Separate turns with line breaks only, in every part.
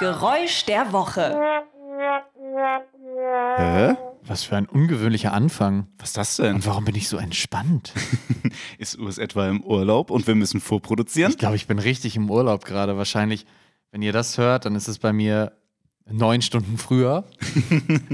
Geräusch der Woche.
Hä?
Was für ein ungewöhnlicher Anfang.
Was ist das denn?
Und warum bin ich so entspannt?
Ist Urs etwa im Urlaub und wir müssen vorproduzieren?
Ich glaube, ich bin richtig im Urlaub gerade. Wahrscheinlich, wenn ihr das hört, dann ist es bei mir neun Stunden früher.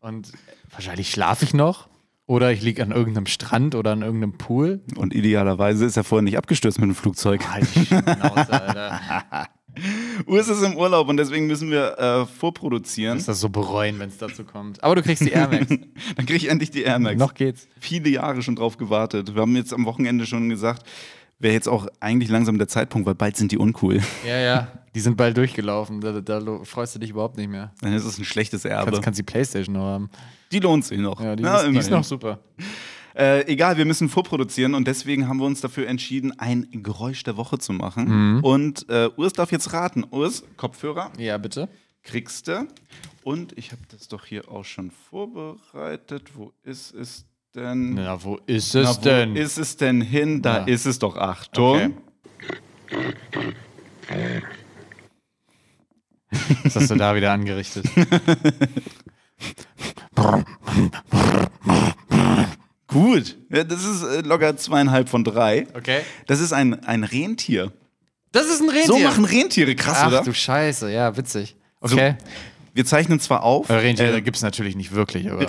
und wahrscheinlich schlafe ich noch. Oder ich liege an irgendeinem Strand oder an irgendeinem Pool.
Und idealerweise ist er vorher nicht abgestürzt mit dem Flugzeug.
Halt die Schnauze, Alter.
Urs ist im Urlaub und deswegen müssen wir äh, vorproduzieren.
Ist das so bereuen, wenn es dazu kommt. Aber du kriegst die Air Max.
Dann kriege ich endlich die Air Max.
Noch geht's.
viele Jahre schon drauf gewartet. Wir haben jetzt am Wochenende schon gesagt, wäre jetzt auch eigentlich langsam der Zeitpunkt, weil bald sind die uncool.
Ja, ja. Die sind bald durchgelaufen. Da, da lo- freust du dich überhaupt nicht mehr.
Dann ist es ein schlechtes Erbe.
Kannst, kannst die Playstation noch haben.
die lohnt sich noch.
Ja, die,
Na,
ist, die ist
immerhin.
noch super.
Äh, egal, wir müssen vorproduzieren und deswegen haben wir uns dafür entschieden, ein Geräusch der Woche zu machen.
Mhm.
Und äh, Urs darf jetzt raten. Urs, Kopfhörer,
Ja, bitte.
kriegst du. Und ich habe das doch hier auch schon vorbereitet. Wo ist es denn?
Na, wo ist
Na,
es
wo
denn?
ist es denn hin? Da
Ja.
ist es doch. Achtung.
Okay. Was hast du da wieder angerichtet?
Gut, ja, das ist äh, locker zweieinhalb von drei.
Okay.
Das ist ein, ein Rentier.
Das ist ein Rentier.
So machen Rentiere krass,
Ach
oder?
du Scheiße, ja, witzig. Okay.
Wir zeichnen zwar auf,
Äh, Rentiere
äh,
gibt es natürlich nicht wirklich, aber.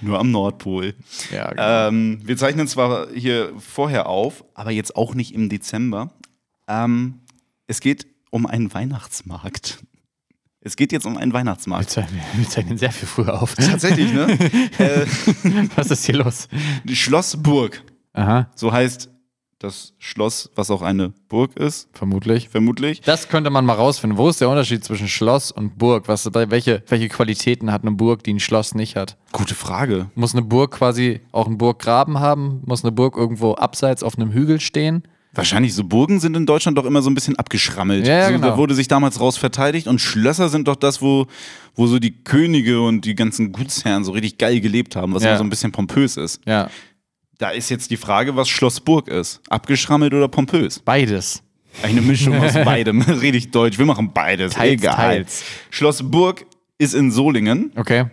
nur am Nordpol.
ja, genau.
Ähm, wir zeichnen zwar hier vorher auf, aber jetzt auch nicht im Dezember. Ähm, es geht um einen Weihnachtsmarkt. Es geht jetzt um einen
wir,
Weihnachtsmarkt.
zeichnen, wir zeichnen sehr viel früher auf.
Tatsächlich, ne?
Was ist hier los?
Die Schlossburg.
Aha,
So heißt das Schloss, was auch eine Burg ist,
vermutlich.
vermutlich.
Das könnte man mal rausfinden. Wo ist der Unterschied zwischen Schloss und Burg? Was, welche, welche Qualitäten hat eine Burg, die ein Schloss nicht hat?
Gute Frage.
Muss eine Burg quasi auch einen Burggraben haben? Muss eine Burg irgendwo abseits auf einem Hügel stehen?
Wahrscheinlich so Burgen sind in Deutschland doch immer so ein bisschen abgeschrammelt.
Ja, ja,
so, Da
genau.
wurde sich damals raus verteidigt und Schlösser sind doch das, wo, wo so die Könige und die ganzen Gutsherren so richtig geil gelebt haben, was
Ja.
immer so ein bisschen pompös ist.
Ja,
Da ist jetzt die Frage, was Schloss Burg ist. Abgeschrammelt oder pompös?
beides.
Eine Mischung aus beidem. Rede ich deutsch, wir machen beides.
Teils,
Egal.
teils.
Schloss Burg ist in Solingen
Okay.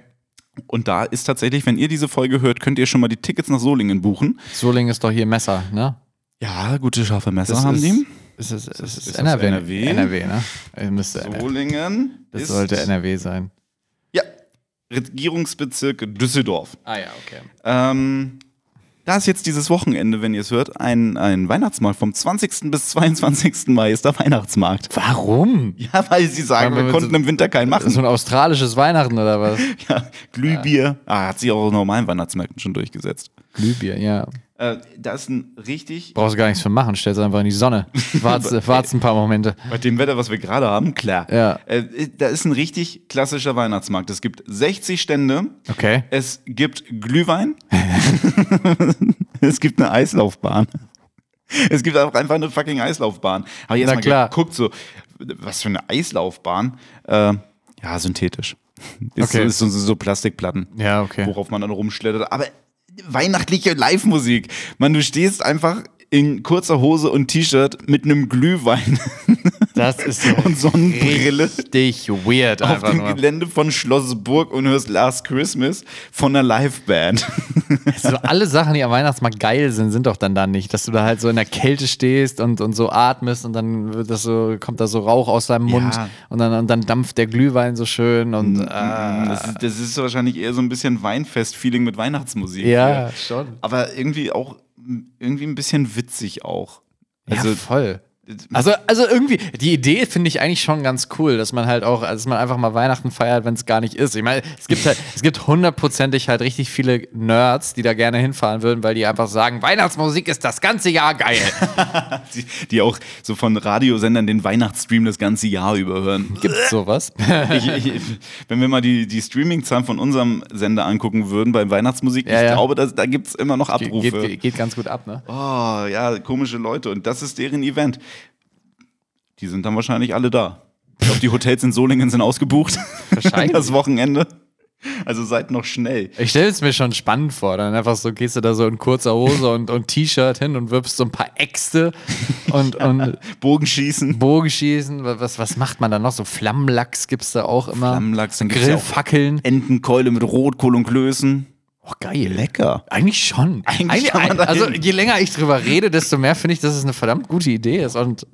und da ist tatsächlich, wenn ihr diese Folge hört, könnt ihr schon mal die Tickets nach Solingen buchen.
Solingen ist doch hier Messer, ne?
Ja, gute scharfe Messer haben
ist,
die.
Ist, ist, ist, ist,
das
NRW.
NRW?
NRW, ne? Äh, Müsste NRW.
Solingen
Das
ist
sollte NRW sein.
Ja, Regierungsbezirk Düsseldorf.
Ah ja, okay.
Ähm, da ist jetzt dieses Wochenende, wenn ihr es hört, ein, ein Weihnachtsmarkt. Vom 20. bis 22. Mai ist der Weihnachtsmarkt.
Warum?
Ja, weil sie sagen,
Weil wir
wir konnten
so-
im Winter keinen
Das ist
machen.
so ein australisches Weihnachten oder was?
Ja, Glühbier. Ah, hat sich auch auf normalen Weihnachtsmärkten schon durchgesetzt.
Glühbirne, ja.
Äh, da ist ein richtig.
Brauchst gar nichts für machen, stellst einfach in die Sonne. Wart's, wart's ein paar Momente.
Bei dem Wetter, was wir gerade haben, klar.
Ja.
Äh, da ist ein richtig klassischer Weihnachtsmarkt. Es gibt 60 Stände.
Okay.
Es gibt Glühwein. es gibt eine Eislaufbahn. Es gibt auch einfach eine fucking Eislaufbahn. Aber jetzt
Na
mal
klar.
geguckt, so, was für eine Eislaufbahn. Äh, ja, synthetisch. Ist,
Okay.
so, ist so, so Plastikplatten,
Ja, okay.
worauf man dann rumschlittert. Aber weihnachtliche Live-Musik. Man, du stehst einfach in kurzer Hose und T-Shirt mit einem Glühwein
Das ist ja
und Sonnenbrille
richtig weird
auf
einfach
dem
nur.
Gelände von Schloss Burg und hörst Last Christmas von einer Liveband.
So Also alle Sachen, die am Weihnachtsmarkt geil sind, sind doch dann da nicht. Dass du da halt so in der Kälte stehst und, und so atmest und dann wird das so, kommt da so Rauch aus deinem
Ja.
Mund und dann, und dann dampft der Glühwein so schön und ah.
Mm, Das ist, das ist wahrscheinlich eher so ein bisschen Weinfest-Feeling mit Weihnachtsmusik.
Ja,
hier.
schon.
Aber irgendwie auch, mm, irgendwie ein bisschen witzig auch. Also,
ja, voll. Also, also irgendwie, die Idee finde ich eigentlich schon ganz cool, dass man halt auch, dass man einfach mal Weihnachten feiert, wenn es gar nicht ist. Ich meine, es gibt halt, es gibt hundertprozentig halt richtig viele Nerds, die da gerne hinfahren würden, weil die einfach sagen, Weihnachtsmusik ist das ganze Jahr geil.
die, die auch so von Radiosendern den Weihnachtsstream das ganze Jahr überhören.
Gibt's sowas?
Ich, ich, wenn wir mal die, die Streaming-Zahlen von unserem Sender angucken würden bei Weihnachtsmusik,
Ja,
ich
ja.
glaube, dass, da gibt es immer noch Abrufe.
geht, geht, geht ganz gut ab, ne?
Oh, ja, komische Leute. Und das ist deren Event. Die sind dann wahrscheinlich alle da. Ich glaube, die Hotels in Solingen sind ausgebucht.
Wahrscheinlich.
Das Wochenende. Also seid noch schnell.
Ich stelle es mir schon spannend vor. Dann einfach so gehst du da so in kurzer Hose und, und T-Shirt hin und wirfst so ein paar Äxte und, und
Bogenschießen.
Bogenschießen. Was, was macht man da noch? So Flammenlachs gibt es da auch immer.
Flammenlachs, dann gibt's ja auch-
Grillfackeln.
Entenkeule mit Rotkohl und Klößen.
Oh, geil.
Lecker.
Eigentlich schon.
Eigentlich kann man da
also
hin.
je länger ich drüber rede, desto mehr finde ich, dass es eine verdammt gute Idee ist und äh,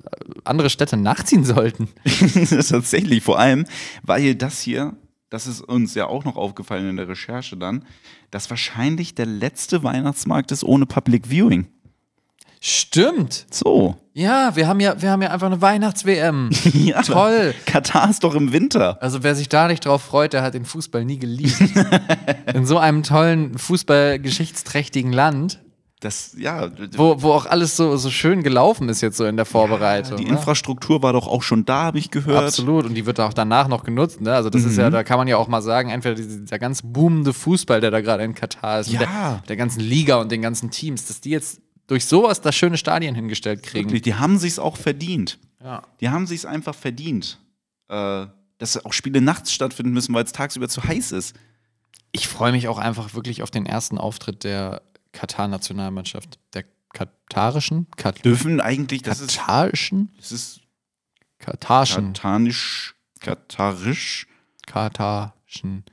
andere Städte nachziehen sollten.
Tatsächlich, vor allem, weil das hier, das ist uns ja auch noch aufgefallen in der Recherche dann, dass wahrscheinlich der letzte Weihnachtsmarkt ist ohne Public Viewing.
Stimmt.
So.
Ja, wir haben ja, wir haben ja einfach eine Weihnachts-WM.
Ja,
Toll.
Katar ist doch im Winter.
Also wer sich da nicht drauf freut, der hat den Fußball nie geliebt. In so einem tollen, fußballgeschichtsträchtigen Land,
Das, ja,
wo, wo auch alles so, so schön gelaufen ist jetzt so in der Vorbereitung.
die
ne?
Infrastruktur war doch auch schon da, habe ich gehört.
Absolut, und die wird auch danach noch genutzt. Ne? Also das ist
Mhm.
ja, da kann man ja auch mal sagen, entweder diese- dieser ganz boomende Fußball, der da gerade in Katar ist,
Ja.
mit der, mit der ganzen Liga und den ganzen Teams, dass die jetzt durch sowas das schöne Stadion hingestellt kriegen.
Wirklich, die haben sich's auch verdient.
Ja.
Die haben sich's einfach verdient. Äh, dass auch Spiele nachts stattfinden müssen, weil es tagsüber zu heiß ist.
Ich freue mich auch einfach wirklich auf den ersten Auftritt der Katar-Nationalmannschaft, der katarischen, Kat
Dürfen eigentlich, das ist,
katarischen,
das ist
katarischen,
katanisch, katarisch.
katarischen.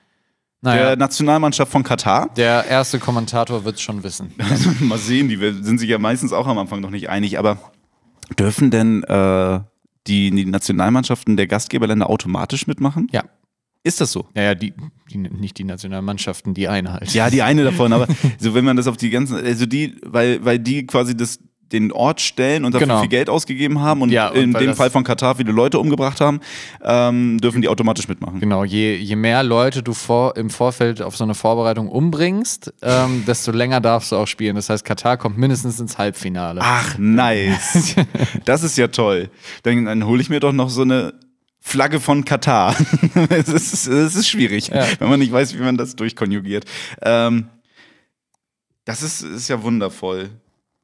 Der
Naja,
Nationalmannschaft von Katar.
der erste Kommentator wird es schon wissen.
Mal sehen, die sind sich ja meistens auch am Anfang noch nicht einig, aber dürfen denn äh, die, die Nationalmannschaften der Gastgeberländer automatisch mitmachen?
Ja.
Ist das so?
Naja, die, die, nicht die Nationalmannschaften, die eine halt.
Ja, die eine davon, aber so wenn man das auf die ganzen, also die, weil, weil die quasi das, den Ort stellen und dafür
Genau.
viel Geld ausgegeben haben und,
Ja, und
in
weil
dem
das-
Fall von Katar viele Leute umgebracht haben, ähm, dürfen die automatisch mitmachen.
Genau, je, je mehr Leute du vor, im Vorfeld auf so eine Vorbereitung umbringst, ähm, desto länger darfst du auch spielen. Das heißt, Katar kommt mindestens ins Halbfinale.
Ach, nice. Das ist ja toll. Dann, dann hole ich mir doch noch so eine Flagge von Katar. Es ist, es ist schwierig, wenn man nicht weiß, wie man das durchkonjugiert. Ähm, das ist, ist ja wundervoll.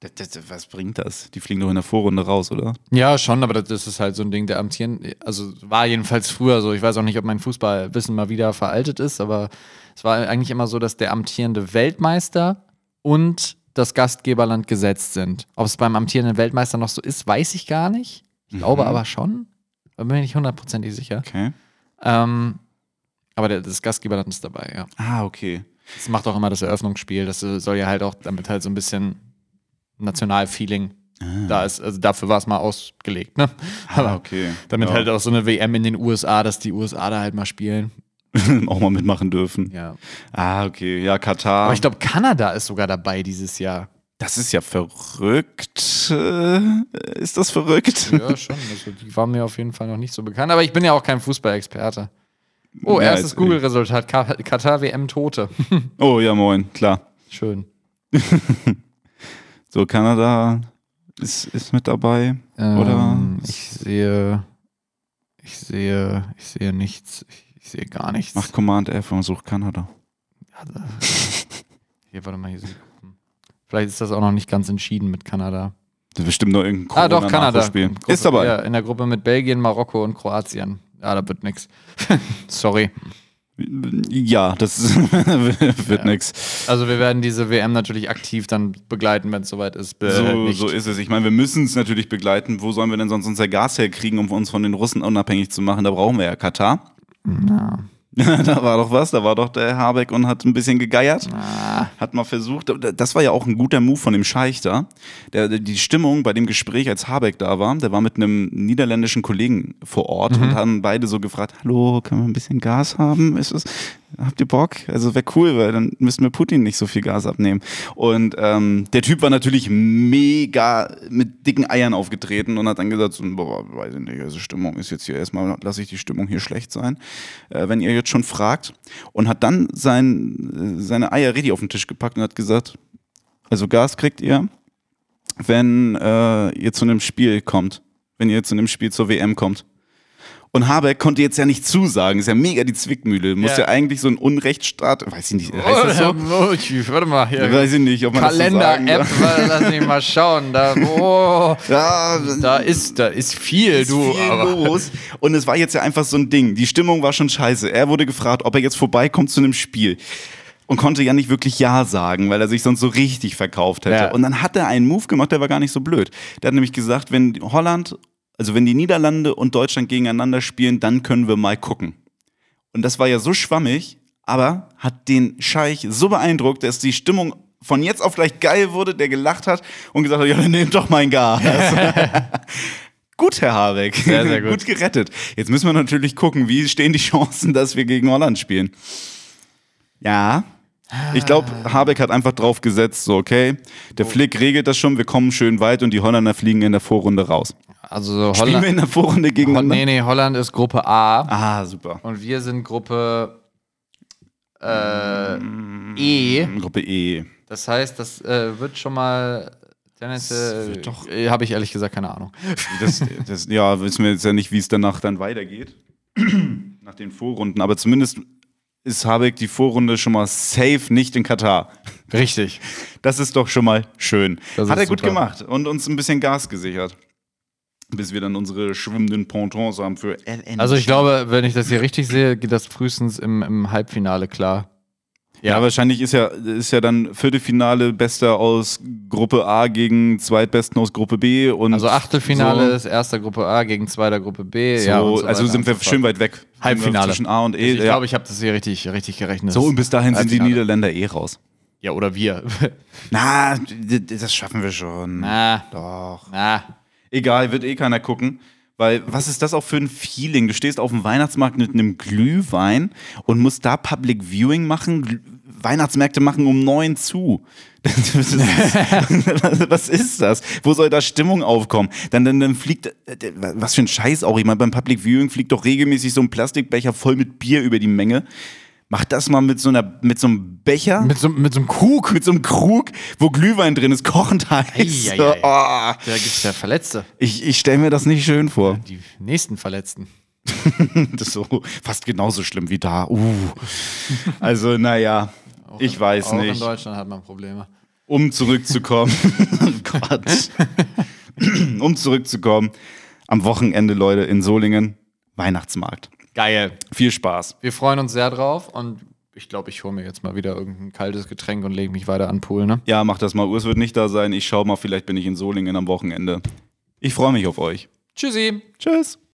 Das, das, was bringt das? Die fliegen doch in der Vorrunde raus, oder?
Ja, schon, aber das- das ist halt so ein Ding, der amtieren, also war jedenfalls früher so. Ich weiß auch nicht, ob mein Fußballwissen mal wieder veraltet ist, aber es war eigentlich immer so, dass der amtierende Weltmeister und das Gastgeberland gesetzt sind. Ob es beim amtierenden Weltmeister noch so ist, weiß ich gar nicht. Ich glaube aber schon. Da bin ich nicht hundertprozentig sicher.
Okay.
Ähm, aber der, das Gastgeberland ist dabei, ja.
Ah, okay.
Das macht auch immer das Eröffnungsspiel. Das äh, soll ja halt auch damit halt so ein bisschen Nationalfeeling da ist. Also dafür war es mal ausgelegt, ne?
Ah,
Aber
okay.
damit
ja.
halt auch so eine WM in den USA, dass die USA da halt mal spielen.
auch mal mitmachen dürfen.
Ja.
Ah, okay. Ja, Katar.
Aber ich glaube, Kanada ist sogar dabei dieses Jahr.
das ist ja verrückt. Äh, Ist das verrückt?
Ja, schon. Also die waren mir auf jeden Fall noch nicht so bekannt. Aber ich bin ja auch kein Fußballexperte. Oh,
Ja,
erstes
jetzt-
Google-Resultat. Ka- Katar WM Tote.
Oh, ja, moin. Klar.
Schön.
So, Kanada ist, ist mit dabei, oder?
Ähm, Ich sehe, ich sehe, ich sehe nichts. Ich, ich sehe gar nichts.
Mach Command F und such Kanada.
Also, hier, warte mal, hier sind Gruppen. Vielleicht ist das auch noch nicht ganz entschieden mit Kanada.
Das ist bestimmt noch irgendein
ah, doch, Kanada.
Corona-Nachholspiel.
Gruppe-
Ist dabei.
Ja, in der Gruppe mit Belgien, Marokko und Kroatien. Ja, da wird nix. Sorry.
Ja, das wird
Ja.
nix.
Also, wir werden diese WM natürlich aktiv dann begleiten, wenn es soweit ist. Bäh,
So,
Äh, nicht.
so ist es. Ich meine, wir müssen es natürlich begleiten. Wo sollen wir denn sonst unser Gas herkriegen, um uns von den Russen unabhängig zu machen? Da brauchen wir ja Katar.
Na,
da war doch was, da war doch der Habeck und hat ein bisschen gegeiert. Hat mal versucht, das war ja auch ein guter Move von dem Scheich da. Der, der- die Stimmung bei dem Gespräch, als Habeck da war, der war mit einem niederländischen Kollegen vor Ort und haben beide so gefragt, hallo, können wir ein bisschen Gas haben? Ist es, habt ihr Bock? Also wäre cool, weil dann müssten wir Putin nicht so viel Gas abnehmen. Und ähm, der Typ war natürlich mega mit dicken Eiern aufgetreten und hat dann gesagt, so, boah, weiß ich nicht, also Stimmung ist jetzt hier erstmal, lasse ich die Stimmung hier schlecht sein, äh, wenn ihr jetzt schon fragt. Und hat dann sein, äh, seine Eier richtig auf den Tisch gepackt und hat gesagt, also Gas kriegt ihr, wenn äh, ihr zu einem Spiel kommt, wenn ihr zu einem Spiel zur WM kommt. Und Habeck konnte jetzt ja nicht zusagen. Ist ja mega die Zwickmühle. Muss
Ja.
ja eigentlich so ein Unrechtsstaat, weiß ich nicht, heißt das so?
Oh, ich- warte mal hier.
Weiß ich nicht, ob man das so
Kalender-App,
sagen darf.
warte, lass mich mal schauen. Da, oh,
Ja,
da ist, da ist viel, du.
viel
aber.
los. Und es war jetzt ja einfach so ein Ding. Die Stimmung war schon scheiße. Er wurde gefragt, ob er jetzt vorbeikommt zu einem Spiel. Und konnte ja nicht wirklich Ja sagen, weil er sich sonst so richtig verkauft hätte.
Ja.
Und dann hat er einen Move gemacht, der war gar nicht so blöd. Der hat nämlich gesagt, wenn Holland, also wenn die Niederlande und Deutschland gegeneinander spielen, dann können wir mal gucken. Und das war ja so schwammig, aber hat den Scheich so beeindruckt, dass die Stimmung von jetzt auf gleich geil wurde, der gelacht hat und gesagt hat, ja, dann nehmt doch mein Gas. Gut, Herr Habeck.
Sehr, sehr gut.
gut gerettet. Jetzt müssen wir natürlich gucken, wie stehen die Chancen, dass wir gegen Holland spielen. Ja. Ich glaube, Habeck hat einfach drauf gesetzt, so, okay,
Oh.
der Flick regelt das schon, wir kommen schön weit und die Holländer fliegen in der Vorrunde raus.
Also
Spielen wir
Holland.
in der Vorrunde gegen
Hol- Nee, nee, Holland ist Gruppe A.
Ah, super.
Und wir sind Gruppe äh,
Mm.
E.
Gruppe E.
Das heißt, das äh, wird schon mal. Tendenziell.
wird doch-
Äh, Habe ich ehrlich gesagt keine Ahnung.
Das, das, ja, wissen wir jetzt ja nicht, wie es danach dann weitergeht. Nach den Vorrunden. Aber zumindest ist Habeck die Vorrunde schon mal safe nicht in Katar.
Richtig.
Das ist doch schon mal schön.
Das
Hat
ist
er gut
super.
gemacht und uns ein bisschen Gas gesichert. Bis wir dann unsere schwimmenden Pontons haben für LN.
Also ich glaube, wenn ich das hier richtig sehe, geht das frühestens im, im Halbfinale klar.
ja, wahrscheinlich ist ja, ist ja dann Viertelfinale Bester aus Gruppe A gegen Zweitbesten aus Gruppe B. Und
Also Achtelfinale
so.
ist erster Gruppe A gegen zweiter Gruppe B.
So,
ja, und
also
so weiter
sind
und so
wir
fort.
schön weit weg.
Halbfinale. Also
Zwischen A und E.
Ich
ja.
glaube, ich habe das hier richtig, richtig gerechnet.
so, und bis dahin sind die
Halbfinale.
Niederländer eh raus.
Ja, oder wir.
Na, d- d- das schaffen wir schon.
Na,
Doch.
na.
Egal, wird eh keiner gucken. Weil, was ist das auch für ein Feeling? Du stehst auf dem Weihnachtsmarkt mit einem Glühwein und musst da Public Viewing machen. Glüh- Weihnachtsmärkte machen um neun zu. Das ist- was ist das? Wo soll da Stimmung aufkommen? Dann, dann, dann fliegt, äh, was für ein Scheiß auch. Ich meine, beim Public Viewing fliegt doch regelmäßig so ein Plastikbecher voll mit Bier über die Menge. Mach das mal mit so, einer, mit so einem Becher
Mit so, mit so einem Krug.
mit so einem Krug, wo Glühwein drin ist, kochend heiß.
Ei, ei,
Oh,
Da gibt es ja Verletzte.
ich ich stelle mir das nicht schön vor.
Die nächsten Verletzten.
Das ist so fast genauso schlimm wie da. Uh. Also, naja, ich weiß
Auch in
nicht.
Deutschland hat man Probleme.
Um zurückzukommen. oh Gott. um zurückzukommen. Am Wochenende, Leute, in Solingen, Weihnachtsmarkt.
Geil.
Viel Spaß.
Wir freuen uns sehr drauf und ich glaube, ich hole mir jetzt mal wieder irgendein kaltes Getränk und lege mich weiter an den Pool, ne?
Ja, mach das mal. Urs wird nicht da sein. Ich schau mal, vielleicht bin ich in Solingen am Wochenende. Ich freue mich auf euch.
Tschüssi.
Tschüss.